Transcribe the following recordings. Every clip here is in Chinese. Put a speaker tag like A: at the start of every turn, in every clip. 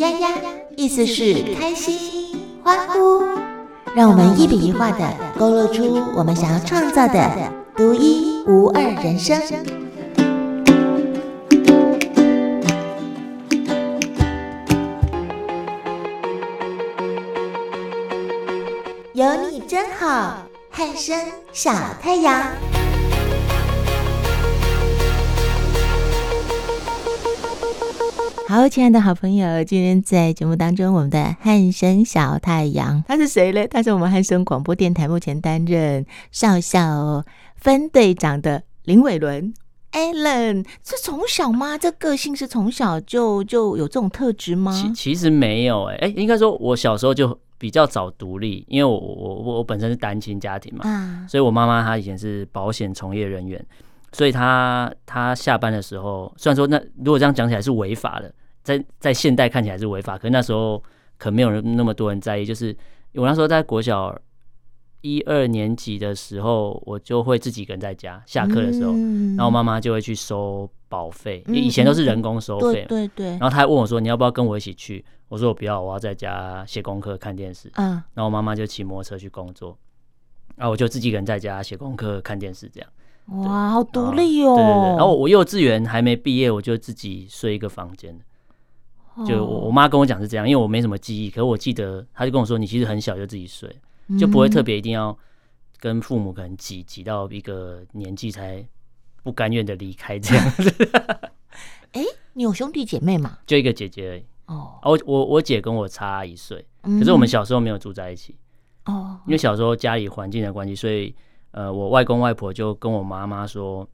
A: 呀呀，意思是开心、欢呼。让我们一笔一画的勾勒出我们想要创造的独一无二人生。有你真好，汉生小太阳。
B: 好，亲爱的好朋友，今天在节目当中，我们的汉生小太阳，他是谁嘞？他是我们汉生广播电台目前担任少校分队长的林伟伦。Allen 是从小吗？这个性是从小就就有这种特质吗？
C: 其其实没有哎、欸，哎、应该说我小时候就比较早独立，因为我我我我本身是单亲家庭嘛，
B: 啊，
C: 所以我妈妈她以前是保险从业人员，所以她她下班的时候，虽然说那如果这样讲起来是违法的，在在现代看起来是违法，可是那时候可没有人那么多人在意。就是我那时候在国小一二年级的时候，我就会自己一个人在家，下课的时候，
B: 嗯
C: 然后妈妈就会去收保费，
B: 嗯
C: 因为以前都是人工收费
B: 对
C: 嘛。
B: 对对
C: 然，后她还问我说：“你要不要跟我一起去？”我说：“我不要，我要在家写功课、看电视。”
B: 啊，
C: 然后我妈妈就骑摩托车去工作，然后我就自己一个人在家写功课、看电视这样。
B: 哇，好独
C: 啊
B: 立哦。
C: 对对对。然后我幼稚园还没毕业，我就自己睡一个房间。
B: 哦
C: 就我我妈跟我讲是这样，因为我没什么记忆，可是我记得她就跟我说，你其实很小就自己睡，就不会特
B: 别。
C: 别一定要跟父母可能挤挤到一个年纪才不甘愿的离开这样。
B: 你有兄弟姐妹吗？
C: 就一个姐姐而已，
B: 哦，
C: 啊我我我姐跟我差一岁，
B: 可
C: 可是我们小时候没有住在一起。
B: 嗯哦，
C: 因为小时候家里环境的关系，所以呃，我外公外婆就跟我妈妈说，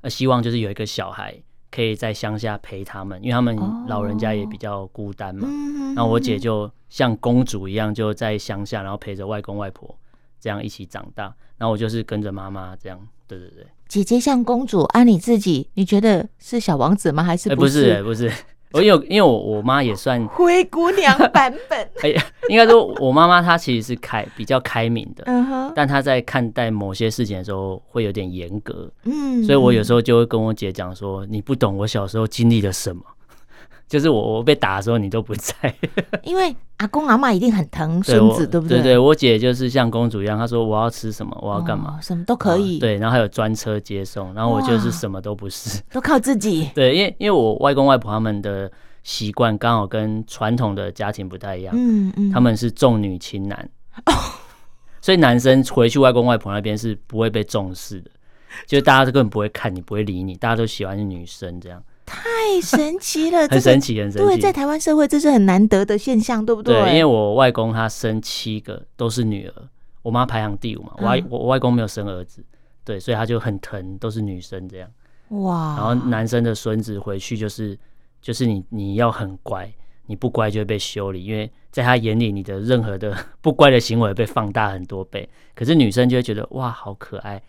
C: 呃，希望就是有一个小孩可以在乡下陪他们，因为他们
B: 哦
C: 老人家也比较孤单嘛。
B: 嗯，
C: 然后我姐就像公主一样，就在乡下，然后陪着外公外婆这样一起长大。然后我就是跟着妈妈这样，对对对，
B: 姐姐像公主，啊，你自己你觉得是小王子吗？还是
C: 哎、
B: 不
C: 不是、哎不是，我因为因为我我妈也算，
B: 灰姑娘版本？
C: 哎、应该说我妈妈她其实是开比较开明的，
B: 嗯哼，
C: 但她在看待某些事情的时候会有点严格，
B: 嗯，
C: 所以我有时
B: 候
C: 候就会跟我姐讲说：“你不懂我小时候经历了什么，就是我我被打的时候你都不 在。
B: 因为阿公阿妈一定很疼
C: 对
B: 孙
C: 我
B: 子，对不
C: 对？
B: 对，
C: 我姐就是像公主一样，她说我要吃什么，我要干
B: 哦
C: 嘛，
B: 什么都可以，
C: 啊，对，然后还有专车接送，然后我就是
B: 哇
C: 什么都不是。
B: 都靠自己。
C: 对，啊因为因为我外公外婆他们的习惯刚好跟传统的家庭不太一样，
B: 嗯嗯，
C: 他们是重女轻男，
B: 哦
C: 所以男生回去外公外婆那边是不会被重视的，就是大家都根本不会看你，不会理你，大家都喜欢是女生这样，
B: 太神奇了，
C: 很神
B: 奇。
C: 奇，很神
B: 呃对，
C: 奇。
B: 在台湾社会，这是很难得的现象，对不
C: 对，因为
B: 为
C: 我外公他生七个都是女儿，我妈排行第五嘛，我外、
B: 嗯
C: 我外公没有生儿子，对，所以他就很疼，都是女生这样。
B: 哇，
C: 然后男生的孙子回去就是就是你你要很乖，你不乖就会被修理，因为在他眼里你的任何的 不乖的行为被放大很多倍。可是女生就会觉得哇好可爱。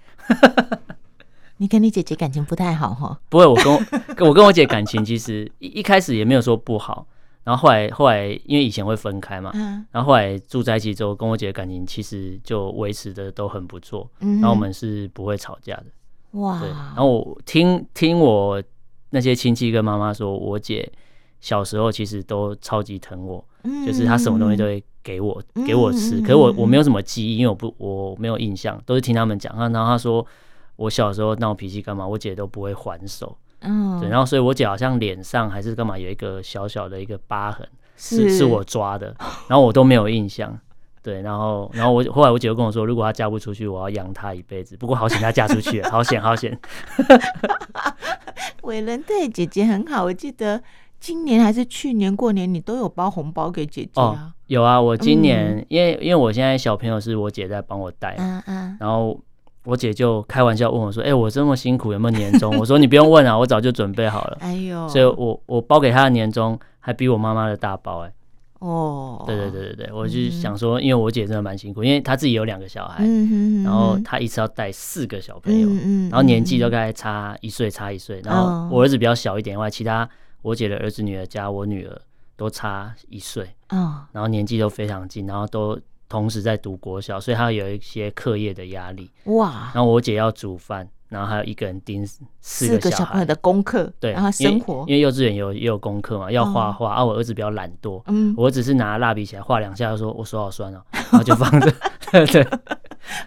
B: 你跟你姐姐感情不太好哈，
C: 不会，我跟我跟我跟我姐感情其实一一开始也没有说不好，然后后来后来因为以前会分开嘛，
B: 嗯
C: 然后后来住在一起之后，跟我姐的感情其实就维持的都很不错，
B: 嗯，
C: 然后我们是不会吵架的。
B: 哇，
C: 对，然后我听听我那些亲戚跟妈妈说，我姐小时候其实都超级疼我，就是她什么东西都会给我
B: 嗯
C: 给我吃，
B: 嗯
C: 可是我
B: 嗯
C: 我没有什么记忆，因为我不我没有印象，都是听他们讲。然后她说我小时候闹脾气干嘛，我姐都不会还手。
B: 嗯，
C: 对，
B: 嗯，
C: 然后所以我姐好像脸上还是干嘛有一个小小的一个疤痕。
B: 嗯
C: 是
B: 是
C: 是我抓的，然后我都没有印象。对，然后然后我后来我姐就跟我说，如果她嫁不出去，我要养她一辈子。不过好险她嫁出去了，好险好险。
B: 伟伦对姐姐很好，我记得今年还是去年过年，你都有包红包给姐姐啊。
C: 有啊，我今年、
B: 嗯
C: 因为因为我现在小朋友是我姐在帮我带，
B: 啊啊！
C: 然后我姐就开玩笑问我说：“哎、我这么辛苦有没有年终？” 我说：“你不用问啊，我早就准备好了。
B: 哎呦，
C: 所以我我包给她的年终还比我妈妈的大包哎、
B: 哦，
C: 对对，对对对，我就想说，因为我姐真的蛮辛苦，因为她自己有两个小孩，
B: 嗯哼哼
C: 然后她一次要带四个小朋友，
B: 嗯
C: 然后年纪都大概差一岁，差一岁。然
B: 哦
C: 后我儿子比较小一点以外，其他我姐的儿子、女儿加我女儿都差一岁，
B: 啊，
C: 然后年纪都非常近，然后都同时在读国小，所以她有一些课业的压力。
B: 哇，
C: 然后我姐要煮饭，然后还有一个人盯四
B: 四
C: 个
B: 个
C: 小
B: 小朋友
C: 孩。
B: 的功课，
C: 对，
B: 然后
C: 因为
B: 生活
C: 因，为幼稚园有也有功课嘛，要画
B: 哦
C: 画、啊。我儿子比较懒惰，
B: 嗯，
C: 我只是拿蜡笔起来画两下，就说我手好酸哦， 然后就放 着。对对，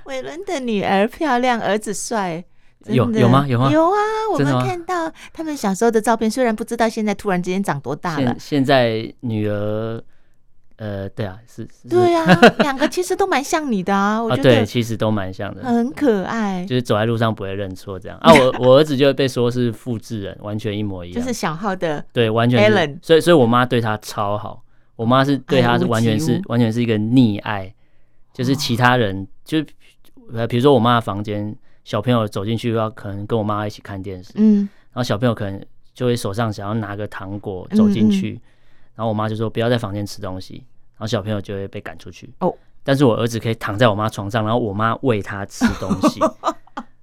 B: 伟伦的女儿漂亮，儿子帅。真
C: 有
B: 的
C: 有吗有吗
B: 有啊！我
C: 真
B: 们
C: 的吗
B: 看到他们小时候的照片，虽然不知道现在突然之间长多大了
C: 现，现在女儿，呃，对啊，是，是
B: 对啊，两个其实都蛮像你的啊，我
C: 啊，
B: 觉得
C: 对，其实都蛮像的，
B: 很可爱，
C: 就是走在路上不会认错这样啊。我 我儿子就会被说是复制人，完全一模一
B: 就
C: 样，
B: 是小号的
C: 对，完全是
B: Alan
C: 所以所以我妈对他超好，我妈是对他
B: 爱屋
C: 是完全
B: 及
C: 是
B: 乌
C: 完全是一个溺爱，就是其他人就是呃，比如说我妈的房间，小朋友走进去要可能跟我妈一起看电视，
B: 嗯，
C: 然后小朋友可能就会手上想要拿个糖果走
B: 嗯
C: 进去，然后我妈就说不要在房间吃东西，然后小朋友就会被赶出去。
B: 哦，
C: 但是我儿子可以躺在我妈床上，然后我妈喂他吃东 西。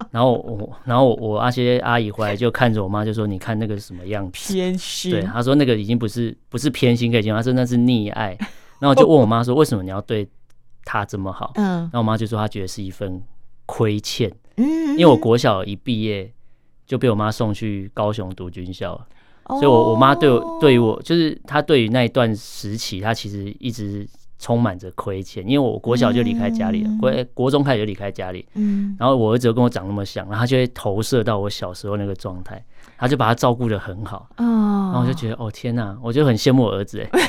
C: 然后我，然后我我那些阿姨回来就看着我妈就说：“你看那个是什么样皮？”
B: 谦虚，
C: 对，啊她说那个已经不是不是偏心可以形容，她说那是溺 爱。然后我就问我妈说：“为什么你要对她这么好？”
B: 嗯
C: 然后我妈就说：“她觉得是一份亏欠。”
B: 嗯，
C: 因为我国小一毕业就被我妈送去高雄读军校了，
B: 哦，
C: 所以我我妈对我对于我就是她对于那一段时期，她其实一直充满着亏欠，因为我国小就离开家里了，
B: 嗯
C: 国国中开始就离开家里，
B: 嗯，
C: 然后我儿子又跟我长那么像，然后他就会投射到我小时候那个状态，他就把他照顾的很好，
B: 哦，
C: 然后我就觉得哦天哪、我就很羡慕我儿子 哎、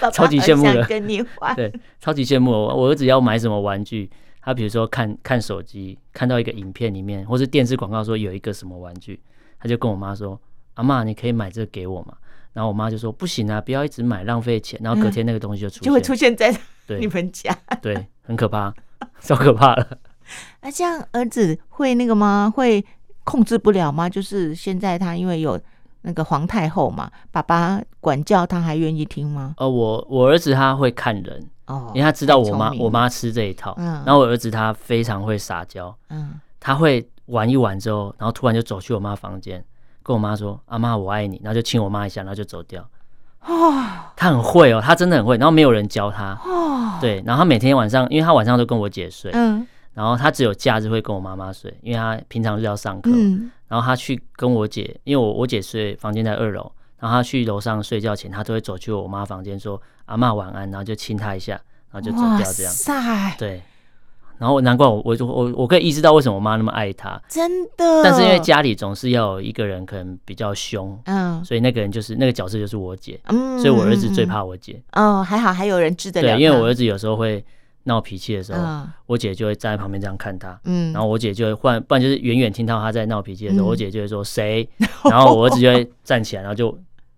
B: 得
C: 超级羡慕的
B: 跟你玩，
C: 对，超级羡慕我。我儿子要买什么玩具，他比如说看看手机，看到一个影片里面，或是电视广告说有一个什么玩具，他就跟我妈说：“阿妈，你可以买这个给我吗？”然后我妈就说：“不行啊，不要一直买，浪费钱。”然后隔天那个东西就出现，
B: 就会出现在你
C: 对
B: 们家。
C: 对，很可怕，超可怕了。
B: 那这样儿子会那个吗？会控制不了吗？就是现在他因为有那个皇太后嘛，爸爸管教他还愿意听吗？
C: 呃，我我儿子他会看人，
B: 哦
C: 因为，他知道我
B: 太
C: 妈
B: 聪明了
C: 我妈吃这一套，
B: 嗯
C: 然后我儿子他非常会撒娇，
B: 嗯，
C: 他会玩一玩之后，然后突然就走去我妈房间，跟我妈说：“阿妈，我爱你。”然后就亲我妈一下，然后就走掉。
B: 哦
C: 他很会哦，他真的很会。然后没有人教他，
B: 哦，，
C: 对。然后他每天晚上，因为他晚上都跟我姐睡，
B: 嗯
C: 然后他只有假日会跟我妈妈睡，因为他平常日要上课。
B: 嗯
C: 然后他去跟我姐，因为我我姐睡房间在二楼，然后他去楼上睡觉前，他都会走去我妈房间说“阿妈晚安”，然后就亲她一下，然后就走掉这
B: 哇。
C: 样
B: 塞，
C: 对。然后难怪我我我我可以意识到为什么我妈那么爱他，
B: 真的。
C: 但是因为，家里总是要有一个人可能比较凶，
B: 嗯
C: 所以那个人就是那个角色就是我姐，
B: 嗯，
C: 所以我儿子最
B: 嗯。嗯
C: 怕我姐。
B: 哦，还好还有人治得了他。
C: 对，因为我儿子有时候会闹脾气的时候，
B: 嗯
C: 我姐就会站在旁边这样看他，
B: 嗯，
C: 然后我姐就会换，不然就是远远听到他在闹脾气的时候，
B: 嗯
C: 我姐就会说谁， 然后我儿子就会站起来，然后就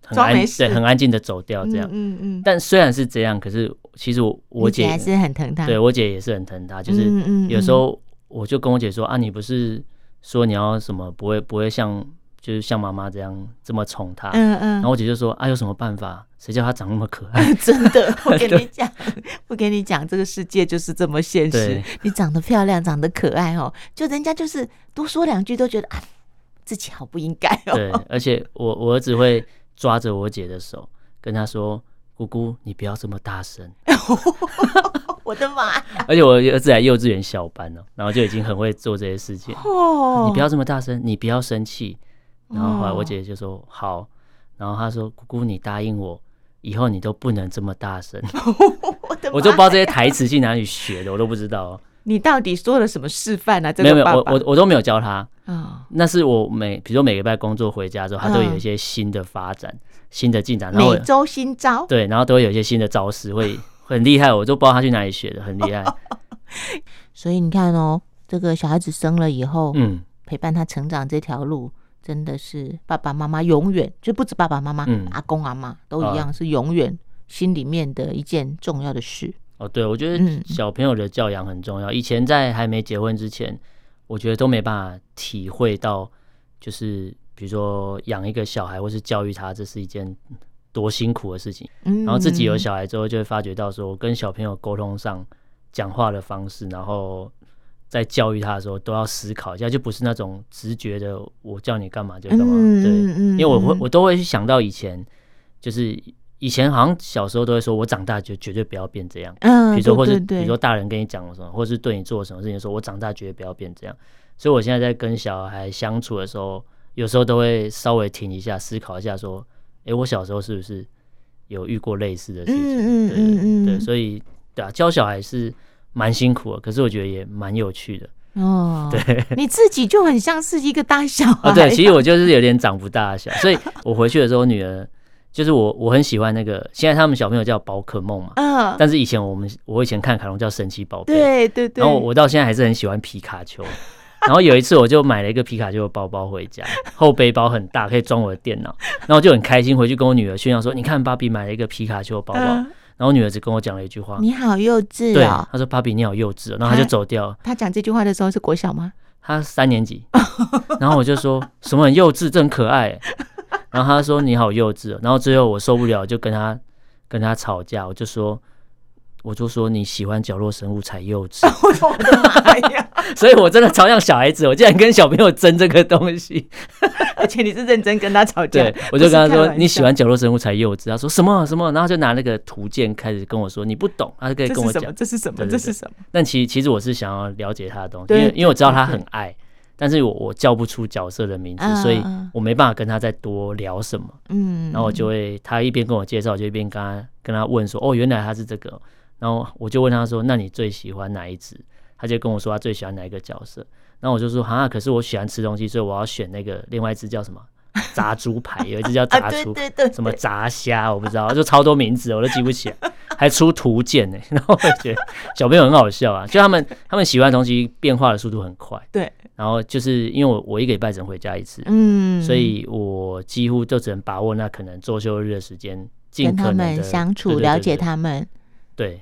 C: 很
B: 装
C: 安
B: 没事
C: 对很安静的走掉这样。
B: 嗯嗯嗯，
C: 但虽然是这样，可是其实我我
B: 你姐
C: 姐
B: 还是很疼他。
C: 对，我姐也是很疼他，就是
B: 嗯嗯
C: 有时
B: 嗯
C: 候我就跟我姐说啊，你不是说你要什么不会不会像就是像妈妈这样这么宠她，
B: 嗯嗯，
C: 然后我姐就说啊有什么办法，谁叫她长那么可爱？
B: 真 的，我跟你讲，我跟你讲，这个世界就是这么现实
C: 对。
B: 你长得漂亮，长得可爱哦，就人家就是多说两句都觉得啊，自己好不应该哦。
C: 对，而且我我儿子会抓着我姐的手，跟她说：“姑姑，你不要这么大声。
B: 我的妈呀！”
C: 而且我儿子在幼稚园小班哦，然后就已经很会做这些事情。
B: 哦，
C: 你不要这么大声，你不要生气。然后后来我
B: 哦
C: 姐姐就说：“好。”然后她说：“姑姑，你答应我，以后你都不能这么大声。
B: 我的”妈，
C: 我就不知道这些台词去哪里学的，我都不知道哦。
B: 你到底做了什么示范 啊？这
C: 没有没
B: 个
C: 有，
B: 爸
C: 我
B: 爸
C: 我我都没有教她。
B: 啊，
C: 那是我每比如说每个礼拜工作回家之后，她都有
B: 嗯
C: 一些新的发展、新的进展。然后我
B: 每周新招。
C: 对，然后都会有一些新的招式，会很厉害，我都不知道他去哪里学的，很 厉害。
B: 所以你看哦，这个小孩子生了以后，
C: 嗯
B: 陪伴他成长这条路，真的是爸爸妈妈永远就不止爸爸妈妈，
C: 嗯啊
B: 阿公阿妈都一样，是永远心里面的一件重要的事。
C: 哦，对，我觉
B: 嗯
C: 得小朋友的教养很重要。以前在还没结婚之前，我觉得都没办法体会到，就是比如说养一个小孩或是教育他，这是一件多辛苦的事情。
B: 嗯，
C: 然后自己有小孩之后，就会发觉到说，我跟小朋友沟通上、讲话的方式，然后在教育他的时候都要思考一下，就不是那种直觉的，我叫你干嘛就干嘛。
B: 嗯
C: 对，
B: 嗯嗯
C: 因为我会
B: 嗯
C: 我都会去想到以前，就是以前好像小时候都会说，我长大就绝对不要变这样。
B: 嗯，
C: 比如说，或
B: 对
C: 是
B: 对对
C: 比如说大人跟你讲了什么，或是对你做了什么事情，说我长大绝对不要变这样。所以我现在在跟小孩相处的时候，有时候都会稍微停一下，思考一下，说，诶、我小时候是不是有遇过类似的事情？
B: 嗯嗯
C: 对
B: 嗯嗯
C: 对，所以对啊，教小孩是蛮辛苦的，可是我觉得也蛮有趣的
B: 哦，对，你自己就很像是一个大小孩、
C: 啊。对，其实我就是有点长不大小，所以我回去的时候，我女儿就是我我很喜欢那个，现在他们小朋友叫宝可梦嘛，
B: 嗯，
C: 但是以前我们我以前看卡通叫神奇宝贝，
B: 对对对，
C: 然后我我到现在还是很喜欢皮卡丘。然后有一次我就买了一个皮卡丘的包包回家，后背包很大，可以装我的电脑。然后我就很开心，回去跟我女儿炫耀说：“你看，芭比买了一个皮卡丘的包包。
B: 嗯
C: 然后女儿只跟我讲了一句话，
B: 你哎好幼稚
C: 对，
B: 哦。
C: 她说：“芭比，你好幼稚、哦。”然后她就走掉了。
B: 他讲这句话的时候是国小吗？
C: 她三年级，然后我就说什么很幼稚，这很可爱欸。然后她说：“你好幼稚、哦。”然后最后我受不了，我就跟她跟她吵架，我就说。我就说你喜欢角落生物才幼稚，
B: 我的妈呀！
C: 所以我真的超像小孩子，我竟然跟小朋友争这个 东西。
B: 而且你是认真跟他吵架
C: 对，，我就跟他
B: 不是开
C: 说
B: 玩笑
C: 你喜欢角落生物才幼稚，他说什么啊什么，然后就拿那个图鉴开始跟我说你不懂，他就可以
B: 这
C: 跟我
B: 是什么？
C: 讲。
B: 这是什么？
C: 对对
B: 这
C: 对
B: 是什么？
C: 但其其实我是想要了解他的东西，
B: 对
C: 因为因为我知道他
B: 对对
C: 很爱，但是我我叫不出角色的名字，所以
B: 嗯嗯
C: 我没办法跟他再多聊什么。
B: 嗯，
C: 然后我就会他一边跟我介绍，我就一边跟他跟他问说，哦，原来他是这个哦。然后我就问他说，那你最喜欢哪一只？他就跟我说他最喜欢哪一个角色。然后我就说，哈，可是我喜欢吃东西，所以我要选那个另外一只叫什么炸猪排，有一只叫
B: 啊，
C: 炸
B: 对
C: 猪。
B: 对对，
C: 什么炸虾，我不知道，就超多名字，我都记不起来，还出图鉴呢。 然后我觉得小朋友很好笑啊，就他们他们喜欢的东西变化的速度很快。
B: 对，
C: 然后就是因为我我一个礼拜只能回家一次，
B: 嗯，
C: 所以我几乎就只能把握那可能周休日的时间，尽
B: 跟
C: 可
B: 他
C: 能
B: 们
C: 地
B: 相处，
C: 对对
B: 了
C: 对
B: 解
C: 对
B: 他们。
C: 对，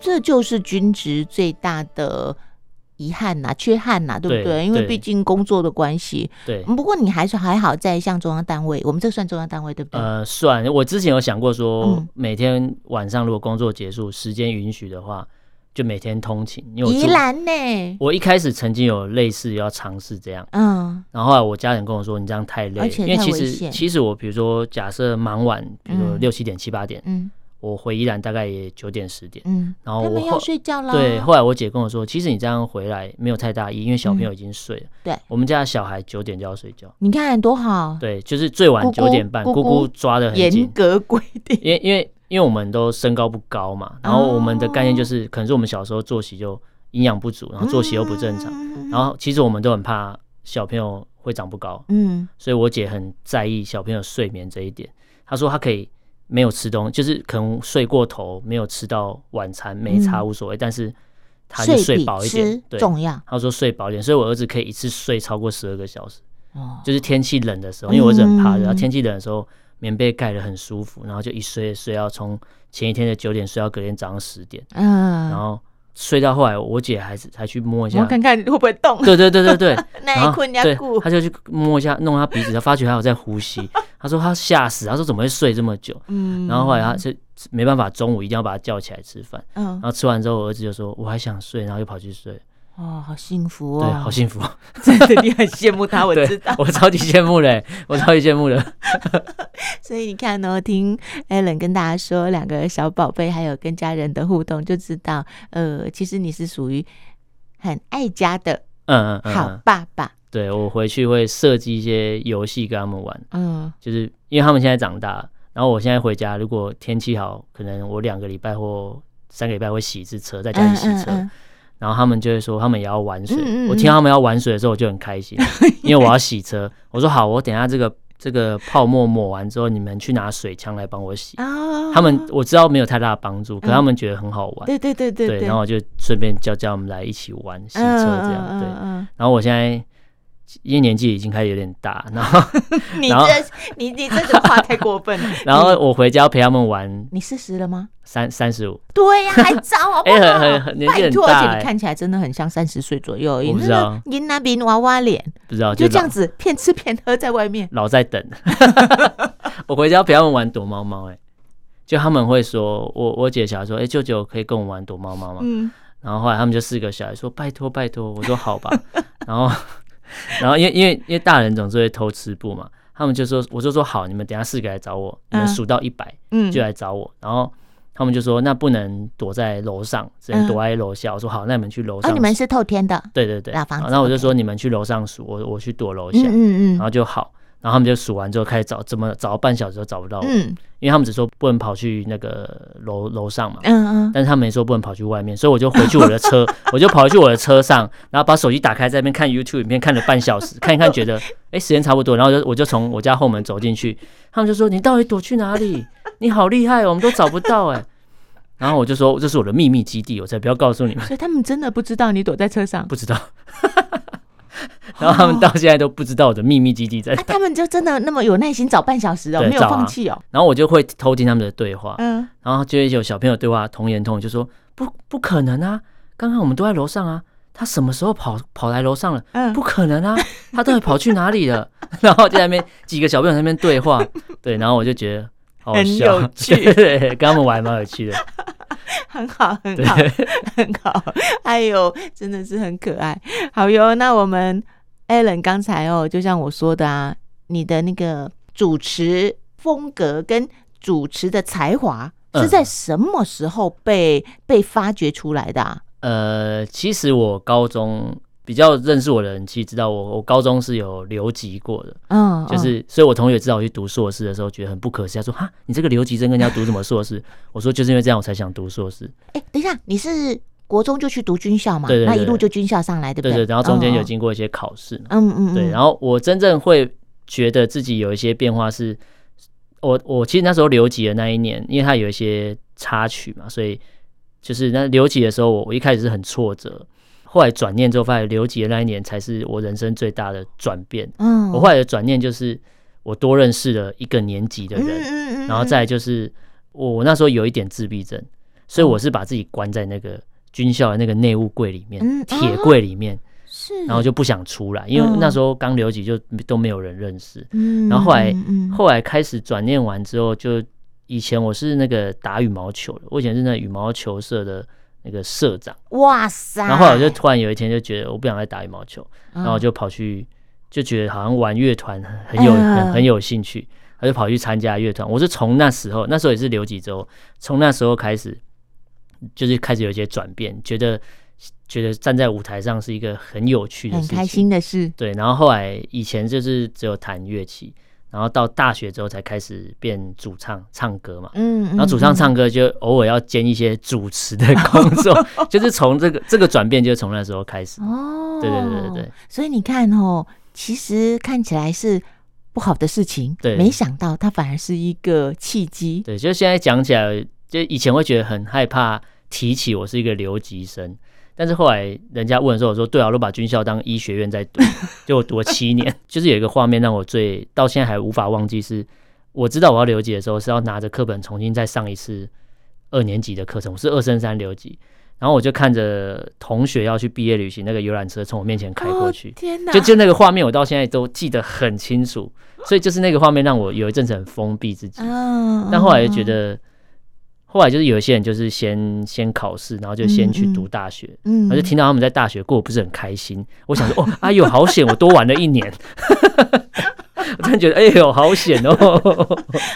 B: 这就是军职最大的遗憾呐、缺憾呐、对不
C: 对
B: 因为
C: 对
B: 毕竟工作的关系。
C: 对，
B: 不过你还是还好在像中央单位，我们这算中央单位对不对？
C: 呃，算我之前有想过说
B: 嗯，
C: 每天晚上如果工作结束，时间允许的话，就每天通勤，因为我
B: 宜
C: 住。
B: 兰呢？
C: 我一开始曾经有类似要尝试这样，
B: 嗯
C: 然后后来我家人跟我说你这样太累
B: 而
C: 了，
B: 且
C: 因为
B: 太
C: 其
B: 危
C: 实
B: 险
C: 其实我比如说假设忙完，比如说
B: 嗯
C: 六七点七八点，
B: 嗯
C: 我回宜兰大概也九点十点，
B: 嗯，
C: 然后
B: 他
C: 哦我
B: 们要
C: 后
B: 睡觉啦。
C: 对，后来我姐跟我说，其实你这样回来没有太大意义，因为小朋友已经睡了。
B: 嗯对
C: 我们家的小孩九点就要睡觉，
B: 你看多好，
C: 对，就是最晚
B: 姑姑
C: 九点半，
B: 姑
C: 姑
B: 姑
C: 姑抓的很
B: 严
C: 紧，
B: 格规定。
C: 因为因为因为我们都身高不高嘛，然
B: 哦
C: 后我们的概念就是，可能是我们小时候作息就营养不足，然后作息又不正常，
B: 嗯
C: 然后其实我们都很怕小朋友会长不高，
B: 嗯
C: 所以我姐很在意小朋友睡眠这一点。她说她可以没有吃东就是可能睡过头，没有吃到晚餐，没差
B: 嗯
C: 无所谓，但是她就
B: 睡
C: 睡
B: 比
C: 饱一点
B: 吃，
C: 对。
B: 重要
C: 他说睡饱一点，所以我儿子可以一次睡超过十二个小时，
B: 哦。
C: 就是天气冷的时候，因为我儿子很怕热，
B: 嗯
C: 然后天气冷的时候棉被盖得很舒服，然后就一睡睡到从前一天的九点睡到隔天早上十点，然
B: 嗯，
C: 后睡到后来我姐还是还去摸一
B: 我
C: 下，
B: 看看会不会 动，
C: 对对对对对，
B: 那
C: 然
B: 一
C: 后
B: 困人家
C: 对
B: 顾，
C: 他就去摸一下弄他鼻子，他发觉他有在 呼吸，他说他吓死，他说怎么会睡这么久，
B: 嗯
C: 然后后来他是没办法，中午一定要把他叫起来吃饭，
B: 嗯
C: 然后吃完之后我儿子就说我还想睡，然后又跑去睡，
B: 哦，好幸福哦，
C: 对，好幸福。
B: 真的，你很羡慕他，我
C: 对。
B: 知道
C: 我超级羡慕 嘞，我超级羡慕的。
B: 所以你看哦，听 Alan 跟大家说两个小宝贝还有跟家人的互动，就知道，呃，其实你是属于很爱家的
C: 嗯嗯嗯，
B: 好
C: 嗯
B: 爸爸。
C: 对我回去会设计一些游戏跟他们玩，
B: 嗯，
C: 就是因为他们现在长大了，然后我现在回家，如果天气好，可能我两个礼拜或三个礼拜会洗一次车，在家里洗车。
B: 嗯嗯嗯
C: 然后他们就会说他们也要玩水，
B: 嗯嗯嗯
C: 我听到他们要玩水的时候我就很开心，因为我要洗车。我说好，我等一下这个这个泡沫抹完之后，你们去拿水枪来帮我洗。
B: 啊，
C: 他们我知道没有太大的帮助，可他们觉得很好玩，
B: 对对对对
C: 对，然后我就顺便叫叫我们来一起玩洗车这样，对。
B: 嗯
C: 然后我现在因为年纪已经开始有点大，然后
B: 嗯 你
C: 然后
B: 这你你这种话太过分了。
C: 然后我回家陪他们玩
B: 你四十了吗？
C: 三三十五，
B: 对呀、还早好不好？
C: 哎很很很年纪
B: 拜托，
C: 很大
B: 而且
C: 哎
B: 你看起来真的很像三十岁左右而已，
C: 我不
B: 那
C: 知道
B: 个您那边娃娃脸，
C: 不知道
B: 就
C: 就
B: 这样
C: 老
B: 子 骗吃骗喝在外面。
C: 老在等。 我回家陪他们玩躲猫猫，哎，就他们会说，我我姐小孩说，哎、舅舅可以跟我玩躲猫猫吗？
B: 嗯，
C: 然后后来他们就四个小孩说拜托拜托，我说好吧。 然后然后因为因为因为大人总是会偷吃布嘛，他们就说我就说好，你们等一下四个来找我，你们
B: 嗯
C: 数到一百
B: 嗯
C: 就来找我。然后他们就说那不能躲在楼上，只能
B: 嗯
C: 躲在楼下。我说好，那你们去楼
B: 哦，
C: 上数。
B: 你们是透天的，
C: 对对对，
B: 老房子
C: 然后我就
B: OK
C: 说你们去楼上数，我我去躲楼下。哦
B: 嗯嗯
C: 然
B: 嗯
C: 后就好，然后他们就数完之后开始找，怎么找半小时都找不到我，
B: 嗯
C: 因为他们只说不能跑去那个楼楼上嘛。
B: 嗯嗯，
C: 但是他们也说不能跑去外面，所以我就回去我的车， 我就跑去我的车上，然后把手机打开，在那边看 YouTube 影片，看了半 小时，看一看觉得哎、诶时间差不多，然后就我就从我家后门走进去，他们就说你到底躲去哪里？你好厉害哦，我们都找不到哎、然后我就说这是我的秘密基地，我才不要告诉你们，
B: 所以他们真的不知道你躲在车 上，
C: 不知道。然后他们到现在都不知道我的秘密基地在
B: 啊，他们就真的那么有耐心找半小时哦，
C: 对
B: 没有
C: 找啊
B: 放弃哦。
C: 然后我就会偷听他们的对话，
B: 嗯，
C: 然后就会有小朋友对话童言童语，就说不不可能啊，刚刚我们都在楼上啊，他什么时候跑跑来楼上了？
B: 嗯
C: 不可能啊，他到底跑去哪里了？ 然后就在那边几个小朋友在那边 对话，对，然后我就觉得好好
B: 很
C: 笑，
B: 有趣
C: 对对对跟他们玩蛮有 趣的，
B: 很好，很
C: 对
B: 好，很好。哎呦，真的是很可爱。好哟，那我们 Alan 刚才哦，就像我说的啊，你的那个主持风格跟主持的才华
C: 嗯
B: 是在什么时候被、被发掘出来的啊？
C: 呃，其实我高中比较认识我的人，其实知道我我高中是有留级过的，
B: 嗯，
C: 就是，所以我同学知道我去读硕士的时候，觉得很不可思议，他说：“哈，你这个留级生跟人家读什么硕士？”我说：“就是因为这样，我才想读硕士。
B: 哎、诶等一下，你是国中就去读军校嘛？
C: 对对对
B: 那一路就军校上来，”对不
C: 对
B: 对
C: 对，然后中间有
B: 嗯
C: 经过一些考试嘛，
B: 嗯嗯，嗯
C: 对，然后我真正会觉得自己有一些变化是，我我其实那时候留级的那一年，因为它有一些插曲嘛，所以就是那留级的时候，我我一开始是很挫折，后来转念之后发现留级的那一年才是我人生最大的转变。
B: 嗯，
C: 我后来的转念就是我多认识了一个年级的
B: 嗯
C: 人。
B: 嗯嗯，
C: 然后再来就是我我那时候有一点自闭症，所以
B: 哦
C: 我是把自己关在那个军校的那个内务柜里面，
B: 嗯
C: 铁柜里面，
B: 是，
C: 然后就不想出来，因为
B: 嗯
C: 那时候刚留级就都没有人认识。
B: 嗯，
C: 然后后来
B: 嗯嗯
C: 后来开始转念完之后，就以前我是那个打羽毛球的，我以前是那羽毛球社的那个社长，
B: 哇塞，嗯
C: 然后后来我就突然有一天就觉得我不想再打羽毛球，然后我就跑去就觉得好像玩乐团很很有
B: 嗯
C: 很很有兴趣，他就跑去参加乐团。我是从那时候，那时候也是留几周，从那时候开始，就是开始有一些转变，觉得觉得站在舞台上是一个很有趣的
B: 很
C: 事情，
B: 开心的事，
C: 对，然后后来以前就是只有弹乐器，然后到大学之后才开始变主唱唱歌嘛。
B: 嗯，然
C: 然后主唱，唱歌就偶尔要兼一些主持的工作， 就是从这个这个转变，就是从那时候开始。
B: 哦，
C: 对对对对对。
B: 所以你看哦，其实看起来是不好的事情，
C: 对
B: 没想到它反而是一个契机，
C: 对，就现在讲起来，就以前会觉得很害怕提起我是一个留级生，但是后来人家问的时候，我说对啊，我都把军校当医学院在读， 就我读了七年。 就是有一个画面让我最到现在还无法忘记是，我知道我要留级的时候是要拿着课本重新再上一次二年级的课程，我是二升三留级，然后我就看着同学要去毕业旅行，那个游览车从我面前开过
B: 哦
C: 去。
B: 天哪，
C: 就就那个画面，我到现在都记得很清楚，所以就是那个画面让我有一阵子很封闭自己。
B: 嗯，
C: 但后来就觉
B: 嗯，
C: 得，后来就是有一些人就是先先考试，然后就先去读大学，
B: 嗯，
C: 我就听到他们在大学过得不是很开心。我想说，哦， 哎呦，好险，我多玩了一年。 我真的觉得，哎呦，好险 哦！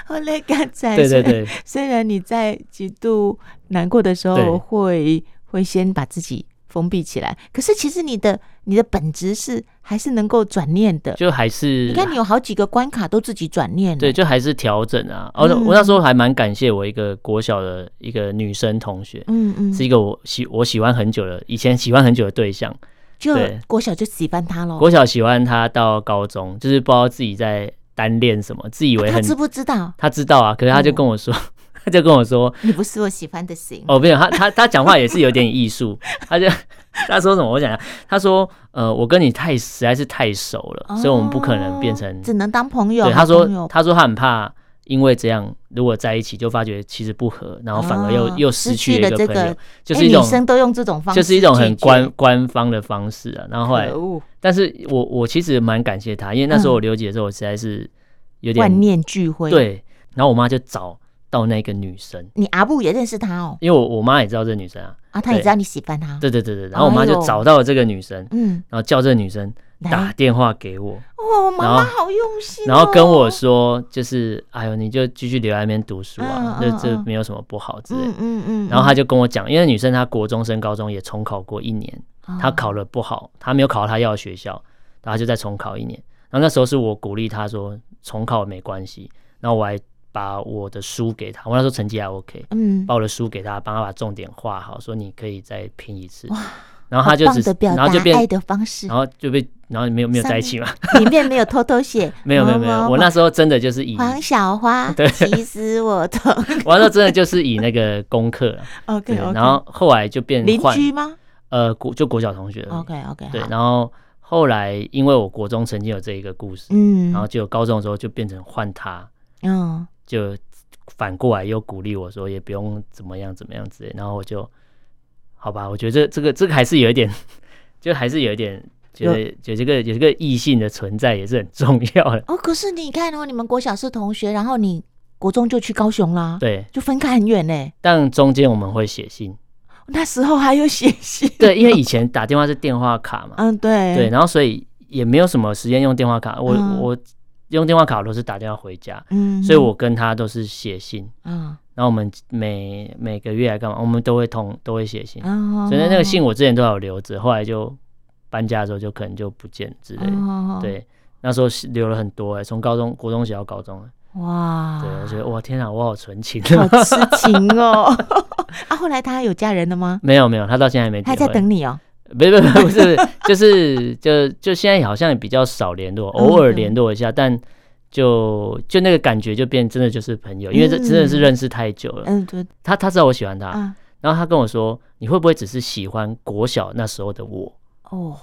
B: 后来刚才，
C: 对对，对
B: 虽然你在极度难过的时候
C: 对
B: 会会先把自己封闭起来，可是其实你的你的本质是还是能够转念的。
C: 就还是啊
B: 你看，你有好几个关卡都自己转念，
C: 对，，就还是调整啊。而且
B: 嗯
C: 我那时候还蛮感谢我一个国小的一个女生同学，
B: 嗯嗯，
C: 是一个我喜我喜欢很久的，以前喜欢很久的对象。
B: 就
C: 对
B: 国小就喜欢他喽。
C: 国小喜欢他到高中，就是不知道自己在单恋什么，自以为
B: 他
C: 很
B: 知不知道
C: 他知道啊，可是他就跟我说，
B: 哦
C: 他就跟我说，
B: 你不是我喜欢的型？
C: 哦，没有，他他他讲话也是有点艺术， 他就他说什么，我想想，他说，呃，我跟你太实在是太熟了，所以我们不可能变成
B: 哦只能当朋友。
C: 对，他说
B: 朋友
C: 他说他很怕，因为这样如果在一起就发觉其实不合，然后反而又、
B: 哦
C: 又
B: 失
C: 失
B: 去
C: 去了
B: 了
C: 一
B: 这
C: 个朋友
B: 个，
C: 就是
B: 哎
C: 一种
B: 女生都用这种方式，
C: 就是一种很官。官方的方式啊。然后后来
B: 可，恶，嗯
C: 但是我我其实蛮感谢他，因为那时候我留姐的时候，我实在是有点
B: 万念俱灰。，
C: 对，然后我妈就找到那个女生，
B: 你阿布也认识他哦，
C: 因为我我妈也知道这女生啊，
B: 啊，他也
C: 对
B: 知道你喜欢他。
C: 对对对对，然后我
B: 哎
C: 妈就
B: 呦
C: 找到了这个女生，
B: 嗯，
C: 然后叫这个女生
B: 来
C: 打电话给我，
B: 哦，妈妈
C: 然后
B: 好用心哦。
C: 然后跟我说，就是哎呦，你就继续留在那边读书
B: 嗯
C: 啊，这
B: 嗯
C: 这
B: 嗯
C: 没有什么不好之类的。
B: 嗯嗯嗯，
C: 然后他就跟我讲，因为女生她国中升高中也重考过一年，
B: 他
C: 她考了不好，她没有考到她要的学校，然后她就再重考一年。然后那时候是我鼓励她说重考没关系，然后我还把我的书给她，我那时候成绩还 OK，
B: 嗯
C: 把我的书给她，帮她把重点画好，说你可以再拼一次
B: 哇。
C: 然后她就
B: 好棒
C: 只
B: 的，表
C: 然后
B: 达
C: 就变哦
B: 爱，的方式
C: 然，后就被，然后没有没有
B: 上
C: 在一起嘛？
B: 里面没有偷偷写
C: 。没有没有没有，我那时候真的就是以
B: 黄小花，
C: 对
B: 其实我懂。
C: 我那时候真的就是以那个功 课啦，对，
B: 哦 OK OK。
C: 然后后来就变
B: 邻
C: 换
B: 居吗
C: 呃国就国小同学而已
B: ？OK OK。
C: 对，然后后来因为我国中曾经有这一个故事，
B: 嗯，
C: 然后就高中的时候就变成换他，
B: 嗯，
C: 就反过来又鼓励我说也不用怎么样怎么样之类，然后我就好吧，我觉得这这个这个还是有一点， 就还是有一点觉得有这个有这个异性的存在也是很重要的，
B: 哦，可是你看哦，你们国小是同学，然后你国中就去高雄啦，
C: 对，
B: 就分开很远呢。
C: 但中间我们会写信，
B: 那时候还有写信，
C: 对，因为以前打电话是电话 卡嘛，
B: 嗯，对，
C: 对，，然后所以也没有什么时间用电话卡，我、
B: 嗯
C: 我用电话卡我都是打电话回家，
B: 嗯，
C: 所以我跟他都是写信，
B: 嗯，
C: 然后我们每每个月来干嘛，我们都会通都会写信，
B: 嗯，
C: 所以那个信我之前都有留着，后来就搬家的时候就可能就不见之类的，
B: 哦，
C: 对。那时候是留了很多哎、从高中、国中写到高中、欸，
B: 哇，
C: 对，我觉得哇天啊，我好纯情。
B: 好痴情哦。 啊，后来他有家人了吗？
C: 没有没有，他欸到现在还没结
B: 他
C: 婚。
B: 在等你哦。
C: 没，没没不是，不是就是就就现在好像也比较少联络，
B: 嗯
C: 偶尔联络一下，但就就那个感觉就变真的就是朋友，因为这真的是认识太久了。
B: 嗯，对
C: 他他知道我喜欢他，
B: 啊，
C: 然后他跟我说：“你会不会只是喜欢国小那时候的我
B: 哦，？”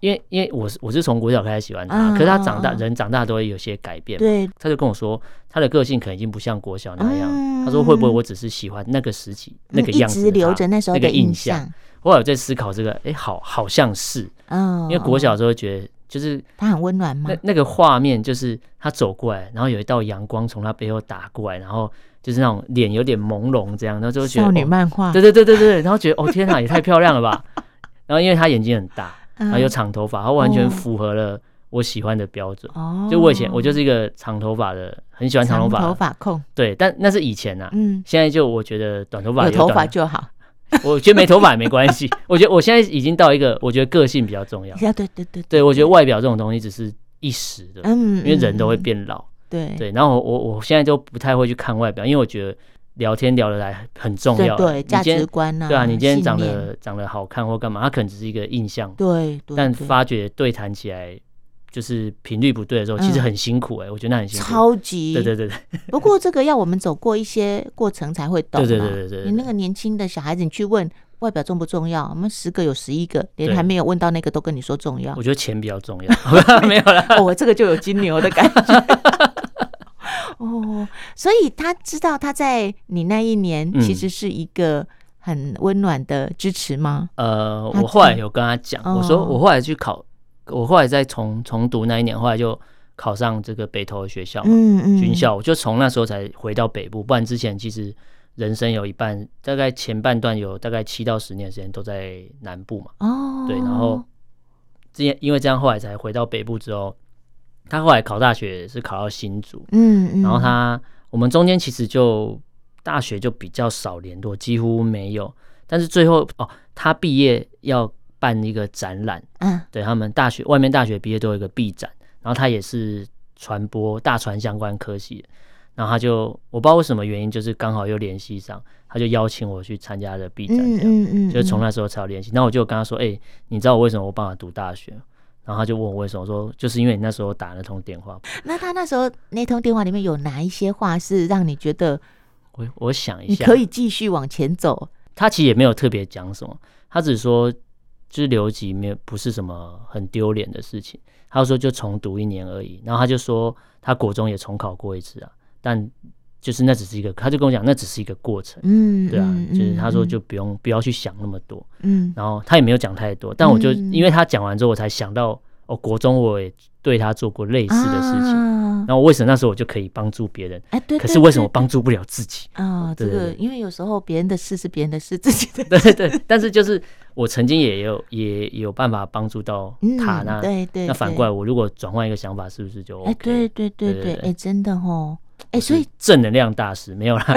C: 因为因为我是我是从国小开始喜欢
B: 嗯
C: 他，可是他长大
B: 嗯嗯
C: 人长大都会有些改变嘛，
B: 对，
C: 他就跟我说他的个性可能已经不像国小那
B: 嗯
C: 样。他说：“会不会我只是喜欢那个时期那个
B: 一
C: 样子
B: 直
C: 的他？”
B: 留着那时候
C: 那个
B: 的印
C: 印象
B: 象。
C: 后来我在思考这个，哎，好好像是，
B: 嗯，
C: 因为国小的时候觉得，就是
B: 他很温暖吗
C: 那？那个画面，就是他走过来，然后有一道阳光从他背后打过来，然后就是那种脸有点朦胧这样，然后就觉得
B: 少女
C: 哦
B: 漫画，
C: 对对对对对，然后觉得哦天哪，也太漂亮 了吧！然后因为他眼睛很大，
B: 嗯，
C: 然后又长头发，他完全
B: 哦
C: 符合了我喜欢的标准。
B: 哦，
C: 就我以前我就是一个长头发的，很喜欢长头发
B: 头
C: 的，
B: 发控，
C: 对，但那是以前啊。
B: 嗯，
C: 现在就我觉得短头发啊
B: 有
C: 有
B: 头
C: 短
B: 发，就好。
C: 我觉得没头发也没关 系。我觉得我现在已经到一个，我觉得个性比较重要。
B: 啊， 对对对，
C: 对，我觉得外表这种东西只是一时的，
B: 嗯，
C: 因为人都会
B: 嗯，
C: 变老。
B: 对
C: 对，然后我我我现在都不太会去看外表，因为我觉得聊天聊得来很重
B: 对
C: 要。
B: 对，
C: 你
B: 价
C: 今
B: 值
C: 天
B: 观呐，
C: 对啊，你今天
B: 信
C: 长
B: 念
C: 得长得好看或干嘛，它可能只是一个印象，
B: 对对，
C: 但
B: 对
C: 发觉对谈起来就是频率不对的时候，其实很辛苦哎、我觉得那很辛苦。
B: 嗯超级
C: 对对对对
B: 不过这个要我们走过一些过程才会懂啦。
C: 对对对对对对
B: 你那个年轻的小孩子，你去问外表重不重要，我们十个有十一个连
C: 对
B: 还没有问到那个都跟你说重要
C: 我。觉得钱比较重要， 没有啦。
B: 哦，我这个就有金牛的感觉。 哦，所以他知道他在你那一年
C: 嗯
B: 其实是一个很温暖的支持吗？
C: 呃，
B: 他
C: 我后来有跟他讲，我说
B: 哦
C: 我后来去考，我后来再重重读那一年，后来就考上这个北投的学校嘛。
B: 嗯嗯，
C: 军校，我就从那时候才回到北部，不然之前其实人生有一半，大概前半段有大概七到十年的时间都在南部嘛，
B: 哦，
C: 对，然后之前因为这样后来才回到北部之后，他后来考大学是考到新竹，
B: 嗯嗯，
C: 然后他我们中间其实就大学就比较少联络，几乎没有，但是最后哦，他毕业要办一个展览，
B: 嗯
C: 对他们大学外面大学毕业都有一个毕展，然后他也是传播大传相关科系的，然后他就我不知道为什么原因，就是刚好又联系上，他就邀请我去参加了毕展，
B: 嗯
C: 这样、
B: 嗯嗯，
C: 就是从
B: 嗯
C: 那时候才有联系。那我就跟他说，哎、你知道我为什么我办法读大学？然后他就问我为什么，我说就是因为你那时候打那通电话。
B: 那他那时候那通电话里面有哪一些话是让你觉得
C: 我我想一
B: 你
C: 下，
B: 可以继续往前走？
C: 他其实也没有特别讲什么，他只说就是留级没有不是什么很丢脸的事情。他说就重读一年而已，然后他就说他国中也重考过一次啊，但就是那只是一个，他就跟我讲那只是一个过程，
B: 嗯，
C: 对啊，
B: 嗯
C: 就是他说
B: 嗯
C: 就不用不要去想那么多，
B: 嗯
C: 然后他也没有讲太多，但我就、
B: 嗯
C: 因为他讲完之后，我才想到哦，国中我也对他做过类似的事情，
B: 啊
C: 然后为什么那时候我就可以帮助别人，
B: 哎，对，
C: 可是
B: 对
C: 为什么
B: 对
C: 我帮助不了自己？
B: 啊，这
C: 对对
B: 个因为有时候别人的事是别人的事，自己的
C: 对对，但是就是我曾经也有也也有办法帮助到他，
B: 嗯
C: 那
B: 对对，
C: 那反
B: 对
C: 过来，我如果转换一个想法，是不是就 OK？、
B: 哎，对对对
C: 对
B: 对，
C: 对对
B: 哎，真的哦，哎，
C: 我
B: 所
C: 是
B: 以
C: 正能量大师没有啦，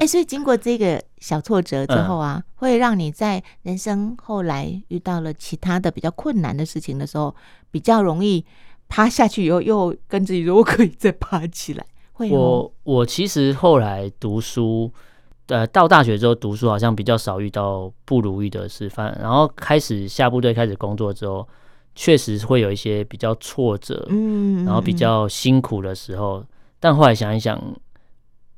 B: 哎，所以经过这个小挫折
C: 嗯
B: 之后啊，会让你在人生后来遇到了其他的比较困难的事情的时候，比较容易趴下去以后，又跟自己说我可以再 爬起来，会哦
C: 我我其实后来读书，呃，到大学之后读书好像比较少遇到不如意的事，反然后开始下部队开始工作之后，确实会有一些比较挫折，
B: 嗯，
C: 然后比
B: 嗯
C: 较辛苦的时候，但后来想一想，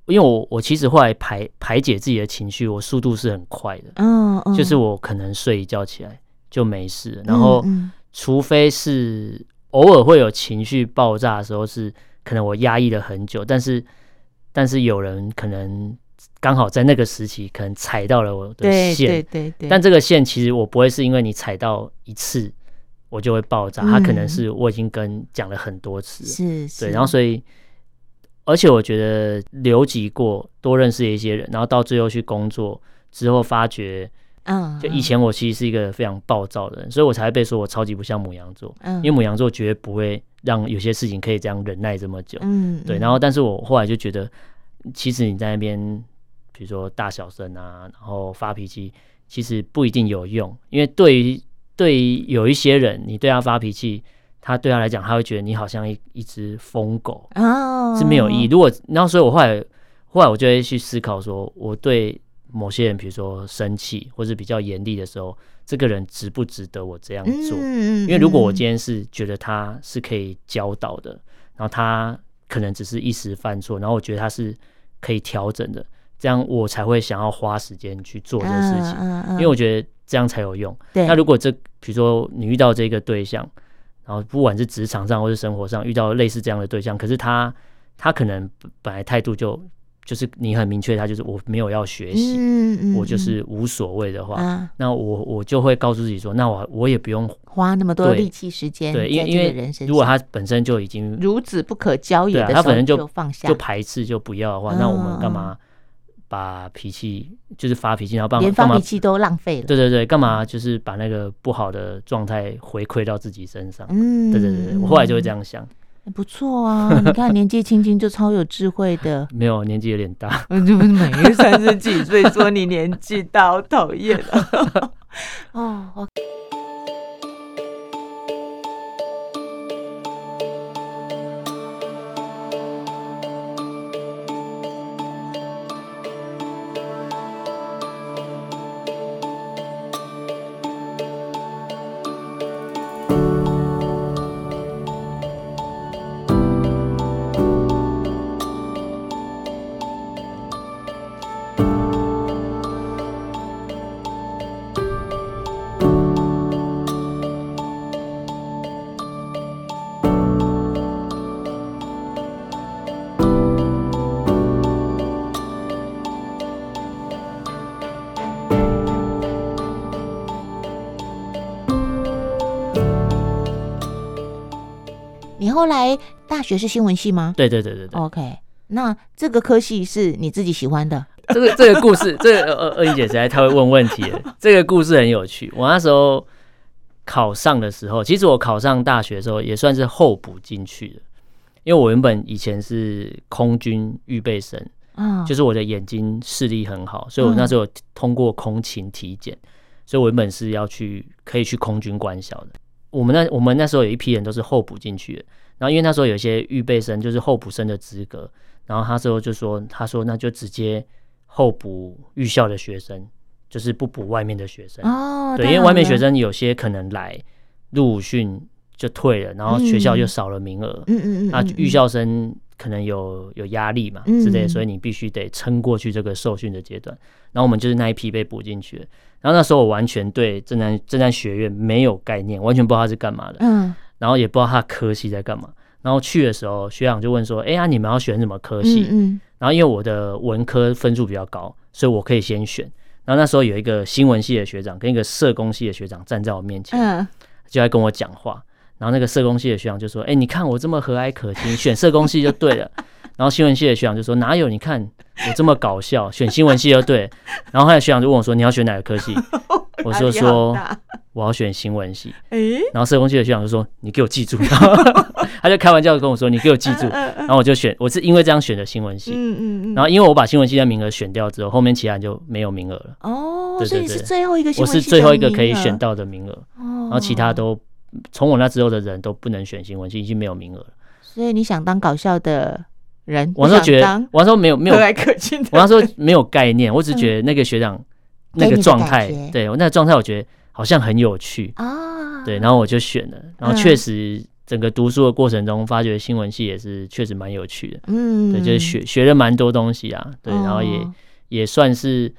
C: 因为我我其实后来排排解自己的情绪，我速度是很快的，
B: 嗯嗯，
C: 就是我可能睡一觉起来就没事了，然后
B: 嗯
C: 除非是偶尔会有情绪爆炸的时候，是可能我压抑了很久，但是但是有人可能刚好在那个时期可能踩到了我的
B: 对
C: 线，
B: 对对对，
C: 但这个线其实我不会是因为你踩到一次我就会爆炸，它可能是我已经跟讲了很多次了，
B: 嗯是是，
C: 对，然后所以。而且我觉得留级过，多认识一些人，然后到最后去工作之后，发觉
B: 嗯，
C: 就以前我其实是一个非常暴躁的人，所以我才会被说我超级不像母羊座。
B: 嗯，嗯
C: 因为母羊座绝对不会让有些事情可以这样忍耐这么久。
B: 嗯
C: 对，
B: 嗯
C: 然后但是我后来就觉得，其实你在那边，比如说大小声啊，然后发脾气，其实不一定有用，因为对于对于有一些人，你对他发脾气，他对他来讲，他会觉得你好像一一只疯狗
B: 哦
C: 是没有意义。如果然后所以我后来后来我就会去思考说，我对。某些人，比如说生气或是比较严厉的时候，这个人值不值得我这样做？
B: 嗯，因
C: 因为如果我今天是觉得他是可以教导的，然后他可能只是一时犯错，然后我觉得他是可以调整的，这样我才会想要花时间去做这个事情，
B: 嗯嗯、
C: 因为我觉得这样才有用。
B: 对，
C: 那如果这比如说你遇到这个对象，然后不管是职场上或是生活上遇到类似这样的对象，可是他他可能本来态度就就是你很明确，他就是我没有要学习，
B: 嗯嗯，
C: 我就是无所谓的话。
B: 啊，
C: 那我我就会告诉自己说，那我我也不用
B: 花那么多
C: 对
B: 力气时间
C: 对，因为
B: 在
C: 因
B: 这个
C: 为
B: 人身
C: 如果
B: 上，
C: 他本身就已经
B: 孺子不可教也
C: 对啊
B: 的时候，
C: 他本身就
B: 放下，嗯
C: 就排斥就不要的话，那我们干嘛把脾气就是发脾气，然后干嘛
B: 连
C: 干
B: 发
C: 嘛
B: 脾？气都浪费了。
C: 对对对，干嘛就是把那个不好的状态回馈到自己身上？
B: 嗯，
C: 对对对，我后来就会这样想，，
B: 样，不错啊！你看年纪轻轻就超有智慧的
C: 没有年纪有点大，
B: 嗯，这不是每个三十几岁说你年纪大，好讨厌 啊！哦，我你后来大学是新闻系吗
C: 对对对对对。
B: ？OK，那这个科系是你自己喜欢的？
C: 这个这个故事，这个呃呃，英姐实在太会问问题了。这个故事很有趣。我那时候考上的时候，其实我考上大学的时候也算是候补进去的，因为我原本以前是空军预备生，
B: 啊，
C: 就是我的眼睛视力很好，所以我那时候有通过空勤体检，所以我原本是要去可以去空军官校的。我们那我们那时候有一批人都是候补进去的，然后因为那时候有一些预备生就是候补生的资格，然后他之后就说他说那就直接候补预校的学生，就是不补外面的学生。
B: 哦，
C: 对，
B: 太
C: 因为
B: 好
C: 外面
B: 了
C: 学生有些可能来入伍训就退了，然后学校就少了名额，
B: 嗯嗯嗯，
C: 那
B: 嗯
C: 预，校生可能有有压力嘛
B: 嗯
C: 之类的，所以你必须得撑过去这个受训的阶段。然后我们就是那一批被补进去的。然后那时候我完全对正南正南学院没有概念，完全不知道它是干嘛的，
B: 嗯
C: 然后也不知道它科系在干嘛。然后去的时候，学长就问说：“哎、呀、你们要选什么科
B: 嗯
C: 系？”
B: 嗯
C: 然后因为我的文科分数比较高，所以我可以先选。然后那时候有一个新闻系的学长跟一个社工系的学长站在我面前，
B: 嗯，
C: 就在跟我讲话。然后那个社工系的学长就说：“哎、你看我这么和蔼可亲， 选社工系就对了。”然后新闻系的学长就说：“哪有？你看我这么搞笑， 选新闻系就对了。”然后后来学长就问我说：“你要选哪个科系？” 我就说
B: 压力好啊大
C: 我要选新闻系。
B: 诶，
C: 然后社工系的学长就说：“你给我记住。”然后 他就开玩笑地跟我说：“你给我记住。”然后我就选，我是因为这样选的新闻系。
B: 嗯嗯嗯嗯，
C: 然后因为我把新闻系的名额选掉之后，后面其他人就没有名额了。
B: 哦，
C: 对
B: 所以
C: 对
B: 你是
C: 对
B: 最后一个，
C: 我是最后一个可以选，到的名额，
B: 然
C: 然
A: 哦
C: 后其他，都从我那之后的人都不能选新闻系，已经没有名额了。
B: 所以你想当搞笑的人，
C: 我那时候觉得，我那时候没有没有，
B: 和
C: 我
B: 蔼可亲的，
C: 那时候没有概念，我只觉得那个学长
A: 嗯给
C: 那
A: 你
C: 个
A: 的
C: 状
A: 感
C: 态
A: 觉，
C: 对我那个状态，我觉得好像很有趣，
B: 哦
A: 啊，嗯
C: 对，然后我就选了，然后确实整个读书的过程中，发觉新闻系也是确实蛮有趣的，
B: 嗯，
C: 对，就是学学了蛮多东西啊，对，然后也
B: 哦
C: 也算是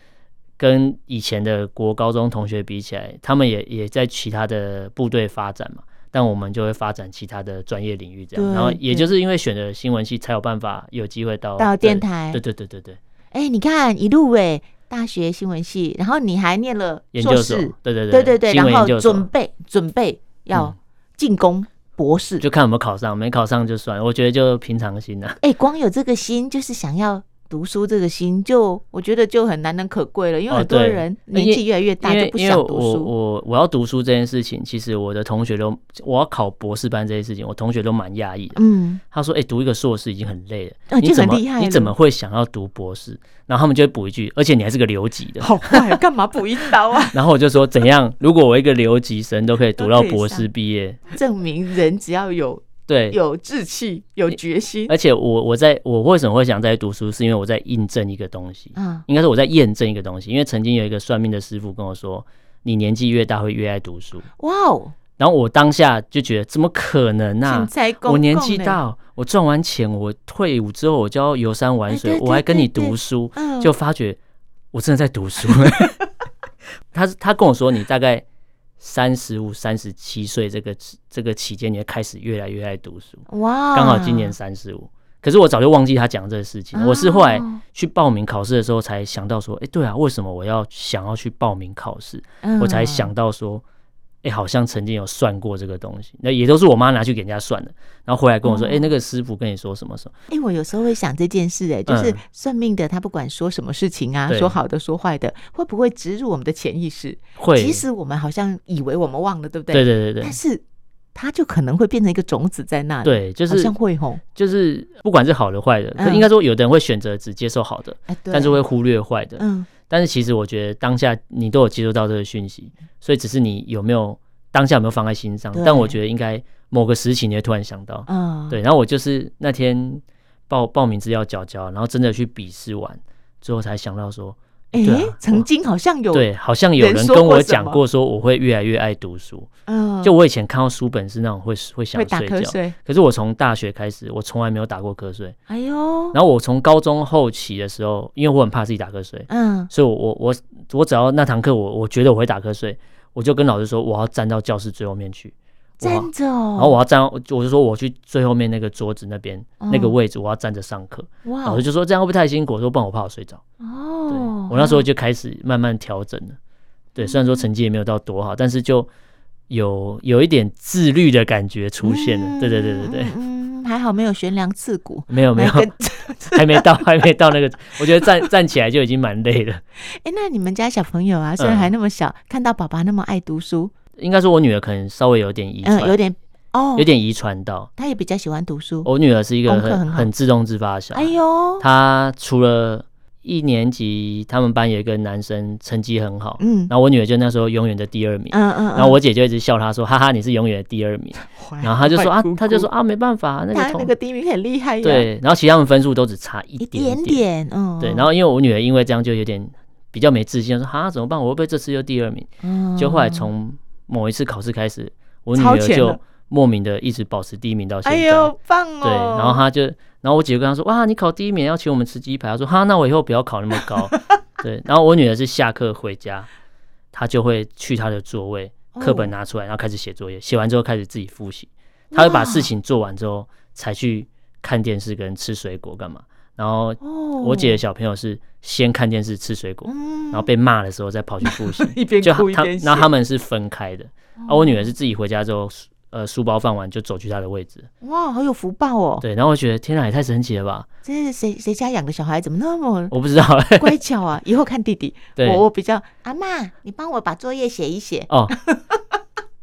C: 跟以前的国高中同学比起来，他们也也在其他的部队发展嘛，但我们就会发展其他的专业领域这样。
B: 对
C: 然后也
B: 对
C: 就是因为选择新闻系，才有办法有机会到
B: 到
C: 这
B: 电。台
C: 哦对，对对对对，
B: 哎、你看一路哎、大学新闻系，然后你还念了
C: 研
B: 硕
C: 究所
B: 士，，
C: 对对
B: 对对对，
C: 新
B: 然
C: 闻研
B: 后
C: 究
B: 准
C: 所
B: 备准备要
C: 嗯
B: 进攻博士，
C: 就看有没有考上，没考上就算，我觉得就平常心啊啦、
B: 哎、光有这个心，就是想要读书这个心，就我觉得就很难能可贵了，因为
C: 哦
B: 很多
C: 对
B: 人
C: 因
B: 年
C: 为
B: 纪越来越大
C: 因
B: 就
C: 为
B: 不
C: 因
B: 想
C: 为
B: 读
C: 我
B: 书，
C: 我我要读书这件事情，其实我的同学都我要考博士班这件事情，我同学都蛮讶异的。
B: 嗯，
C: 他说：“哎、读一个硕士已经很累了，
B: 啊
C: 你
B: 就
C: 怎
B: 很
C: 么
B: 厉害
C: 你
B: 了
C: 怎么会想要读博士？”然后他们就会补一句：“而且你还是个留级 的。？”
B: 好坏，干嘛补一刀啊
C: 然后我就说：“怎样？如果我一个留级生都可以读
B: 都
C: 到
B: 可以
C: 博
B: 上
C: 士毕业，
B: 证明人只要有
C: 对。
B: 有志气、有决心
C: 而且我我在我为什么会想在读书，是因为我在印证一个东西，
B: 啊，
C: 应该是我在验证一个东西。因为曾经有一个算命的师傅跟我说，你年纪越大会越爱读书。
B: 哇哦，
C: 然后我当下就觉得，怎么可能啊
B: 现？在公
C: 我年纪
B: 共呢，
C: 大，我赚完钱，我退伍之后我就要游山玩水，
B: 哎对
C: 我还跟你
B: 对对
C: 读书，
B: 嗯
C: 就发觉我真的在读书。 他他跟我说，你大概三十五、三十七岁这个这个期间，你会开始越来越爱读书。
B: 哇，
C: 刚好今年三十五，可是我早就忘记他讲这个事情了。我是后来
B: 哦
C: 去报名考试的时候才想到说，哎、对啊，为什么我要想要去报名考试？我才
B: 嗯
C: 想到说，哎、好像曾经有算过这个东西，那也都是我妈拿去给人家算的，然后回来跟我
B: 哦
C: 说，哎、那个师傅跟你说什么什么，
B: 哎、我有时候会想这件事、哎，就是
C: 嗯
B: 算命的， 他不管说什么事情啊，
C: 对
B: 说好的，说坏的，会不会植入我们的潜意识？
C: 会，
B: 其实我们好像以为我们忘了，对不对？
C: 对对对对
B: 但是它就可能会变成一个种子在那里，，
C: 对，就
B: 好
C: 是
B: 像会吼，
C: 就是不管是好的坏的，可
B: 嗯
C: 应该说有的人会选择只接受好的，
B: 哎、对，
C: 但是会忽略坏的。
B: 嗯，
C: 但是其实我觉得当下你都有接收到这个讯息，所以只是你有没有当下有没有放在心上
B: 对。
C: 但我觉得应该某个时期你会突然想到，
B: 啊、
C: 对，然后我就是那天报报名资料交交，然后真的去笔试完之后才想到说，
B: 哎、
C: 对啊
B: 曾经好像有，，
C: 对，好像有
B: 人
C: 人
B: 哦说
C: 跟
B: 过
C: 我
B: 什
C: 讲
B: 么
C: 过说我会越来越爱读书。
B: 嗯、
C: 就我以前看到书本是那种会会想
B: 会打
C: 睡
B: 瞌
C: 觉，
B: 睡，
C: 可是我从大学开始，我从来没有打过瞌睡。
B: 哎呦，
C: 然后我从高中后期的时候，因为我很怕自己打瞌睡，
B: 嗯，
C: 所以我我我我只要那堂课我我觉得我会打瞌睡，我就跟老师说我要站到教室最后面去，我要
B: 站着哦，
C: 然后我要站到，我就说我去最后面那个桌子那边、
B: 哦
C: 那个位置，我要站着上课。
B: 哇
C: 老师就说这样会不会太辛苦？我说不然我怕我睡着。对，
B: 哦，嗯
C: 我那时候就开始慢慢调整了。对，虽然说成绩也没有到多好，但是就有有一点自律的感觉出现了。对对对对
B: 嗯
C: 对，
B: 哎嗯，嗯还好没有悬梁刺骨，
C: 没有没有
B: 来，跟
C: 还没到还没到那个，我觉得站站起来就已经蛮累了。
B: 哎、那你们家小朋
C: 嗯
B: 友啊，虽然还那么小，看到爸爸那么爱读书，
C: 应该说我女儿可能稍微有点遗
B: 嗯，有
C: 传，
B: 点哦，
C: 有，点遗哦传到。
B: 他也比较喜欢读书。
C: 我女儿是一
B: 功
C: 个
B: 课很
C: 很
B: 好
C: 很自动自发的小孩
B: 哎，呦，
C: 她除了一年级，他们班有一个男生成绩很好，
B: 嗯
C: 然后我女儿就那时候永远的第二名，
B: 嗯嗯，
C: 然后我姐就一直笑她说：“哈哈，你是永远的第二名。”然后她就说：“啊，她就说啊，没办法，那
B: 他
C: 个
B: 那
C: 同
B: 个第一名很厉害呀，，
C: 对。”然后其他们分数都只差一
B: 一
C: 点
B: 点点，嗯，
C: 对。然后因为我女儿因为这样就有点比
B: 嗯
C: 较没自信，说：“哈，怎么办？我会不会这次又第二名？”
B: 后
C: 就后来从某一次考试开始，我女
B: 超
C: 儿
B: 前
C: 就
B: 了
C: 莫名的一直保持第一名到现
B: 哎
C: 在。
B: 呦，棒哦！
C: 对，然后她就，然后我姐就跟她说：“哇，你考第一名要请我们吃鸡排。”她说：“哈，那我以后不要考那么 高。”对，然后我女儿是下课回家，她就会去她的座位，课本
B: 哦
C: 拿出来，然后开始写作业，写完之后开始自己复习。她会把事情做完之后才去看电视跟吃水果干嘛。然后
B: 哦，
C: 我姐的小朋友是先看电视吃水果，
B: 嗯，，
C: 然后被骂的时候再跑去复习
B: 一边
C: 就
B: 哭一
C: 他
B: 边写，
C: 然后他们是分开的。啊，我女儿是自己回家之后，呃，书包放完就走去她的位置。
B: 哇，好有福报哦！
C: 对，然后我觉得天哪，也太神奇了吧！
B: 真是谁谁家养个小孩怎么那么
C: 我不知道，
B: 乖巧啊？以后看弟弟，
C: 对
B: 我我比较阿妈，你帮我把作业写一写。
C: 哦，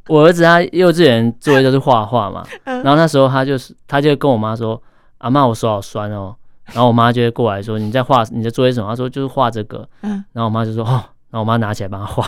C: 我儿子他幼稚园作业都是画画嘛，
B: 嗯
C: 然后那时候他就是他就跟我妈说：“阿妈，我手好酸哦。”然后我妈就会过来说：“你在画你的作业是什么？”他说：“就是画这个。”
B: 嗯
C: 然后我妈就说：“哦。”然后我妈拿起来帮他画。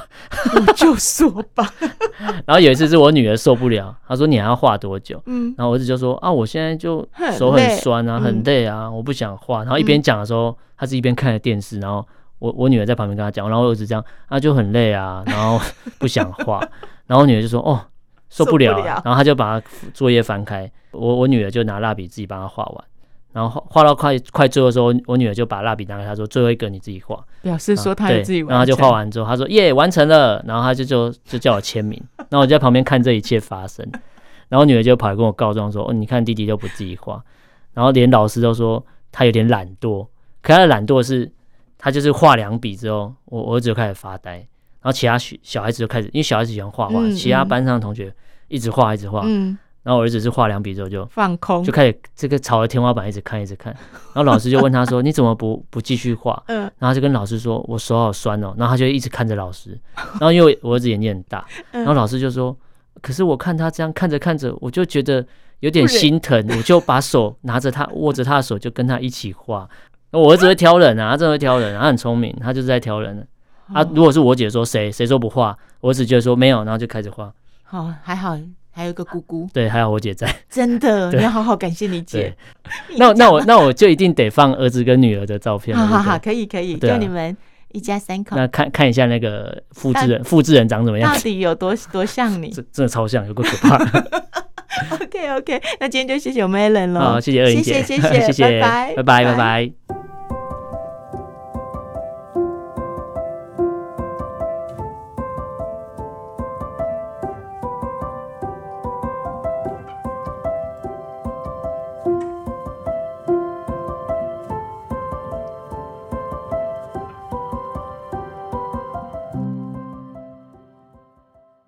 B: 我就说吧，
C: 然后有一次是我女儿受不了，她说：“你还要画多久？”
B: 嗯，
C: 然后我儿子就说啊，我现在就
B: 很
C: 手很
B: 累
C: 酸啊，
B: 嗯
C: 很累啊，我不想画。然后一边讲的时候，他是一边看着电视，然后我我女儿在旁边跟他讲，然后我儿子这样啊就很累啊，然后不想画。 然后我女儿就说哦受
B: 受
C: 不了
B: 不
C: 啊
B: 了
C: 然后他就把作业翻开，我我女儿就拿蜡笔自己帮他画完。然后画画到快快最后的时候，我女儿就把蜡笔拿给他说：“最后一个你自己画。”
B: 表示 说他有
C: 啊对
B: 自己完成，
C: 然后他就画完之后，他说耶完成了，然后他就就就叫我签名， 然后我就在旁边看这一切发生，然后女儿就跑来跟我告状说，哦你看弟弟都不自己画，然后连老师都说他有点懒惰，可他的懒惰是，他就是画两笔之后，我我儿子就开始发呆，然后其他学小孩子就开始，因为小孩子喜欢画画，
B: 嗯
C: 其他
B: 嗯
C: 班上的同学一直画一直画，
B: 嗯，
C: 然后我儿子是画两笔之后就
B: 放空
C: 就，开始这个朝着天花板一直看一直看，然后老师就问他说 你怎么不不继续画？
B: 嗯，
C: 然后他就跟老师说：“我手好酸哦。”然后他就一直看着老师，然后因为我儿子眼睛很大，
B: 嗯
C: 然后老师就说：“可是我看他这样看着看着，我就觉得有点
B: 不忍
C: 心疼，我就把手拿着他握着他的手，就跟他一起画。”那我儿子会挑人啊，他真的会挑人、啊，他很聪明，他就是在挑人、啊。
B: 哦嗯
C: 啊，如果是我姐说谁谁说不画，我只觉得说没有，然后就开始画。
B: 好，还好还有一个姑姑，
C: 对，还好我姐在。
B: 真的，
C: 对
B: 你要好好感谢你姐
C: 对。，那那我那我就一定得放儿子跟女儿的照片了。
B: 好好
C: 对不对
B: 好，可以可以，
C: 对
B: 就
C: 啊
B: 你们一家三口
C: 那看看一下那个复
B: 那
C: 制人，复制人长怎么样
B: 到？底有多多像 你
C: 这真的超像，有个可 怕。
B: ？OK OK，那今天就谢谢我们 Allen 喽，
C: 好，谢谢二莹
B: 谢
C: 姐，
B: 谢谢谢，
C: 谢谢，
B: 拜拜
C: 拜拜，拜拜。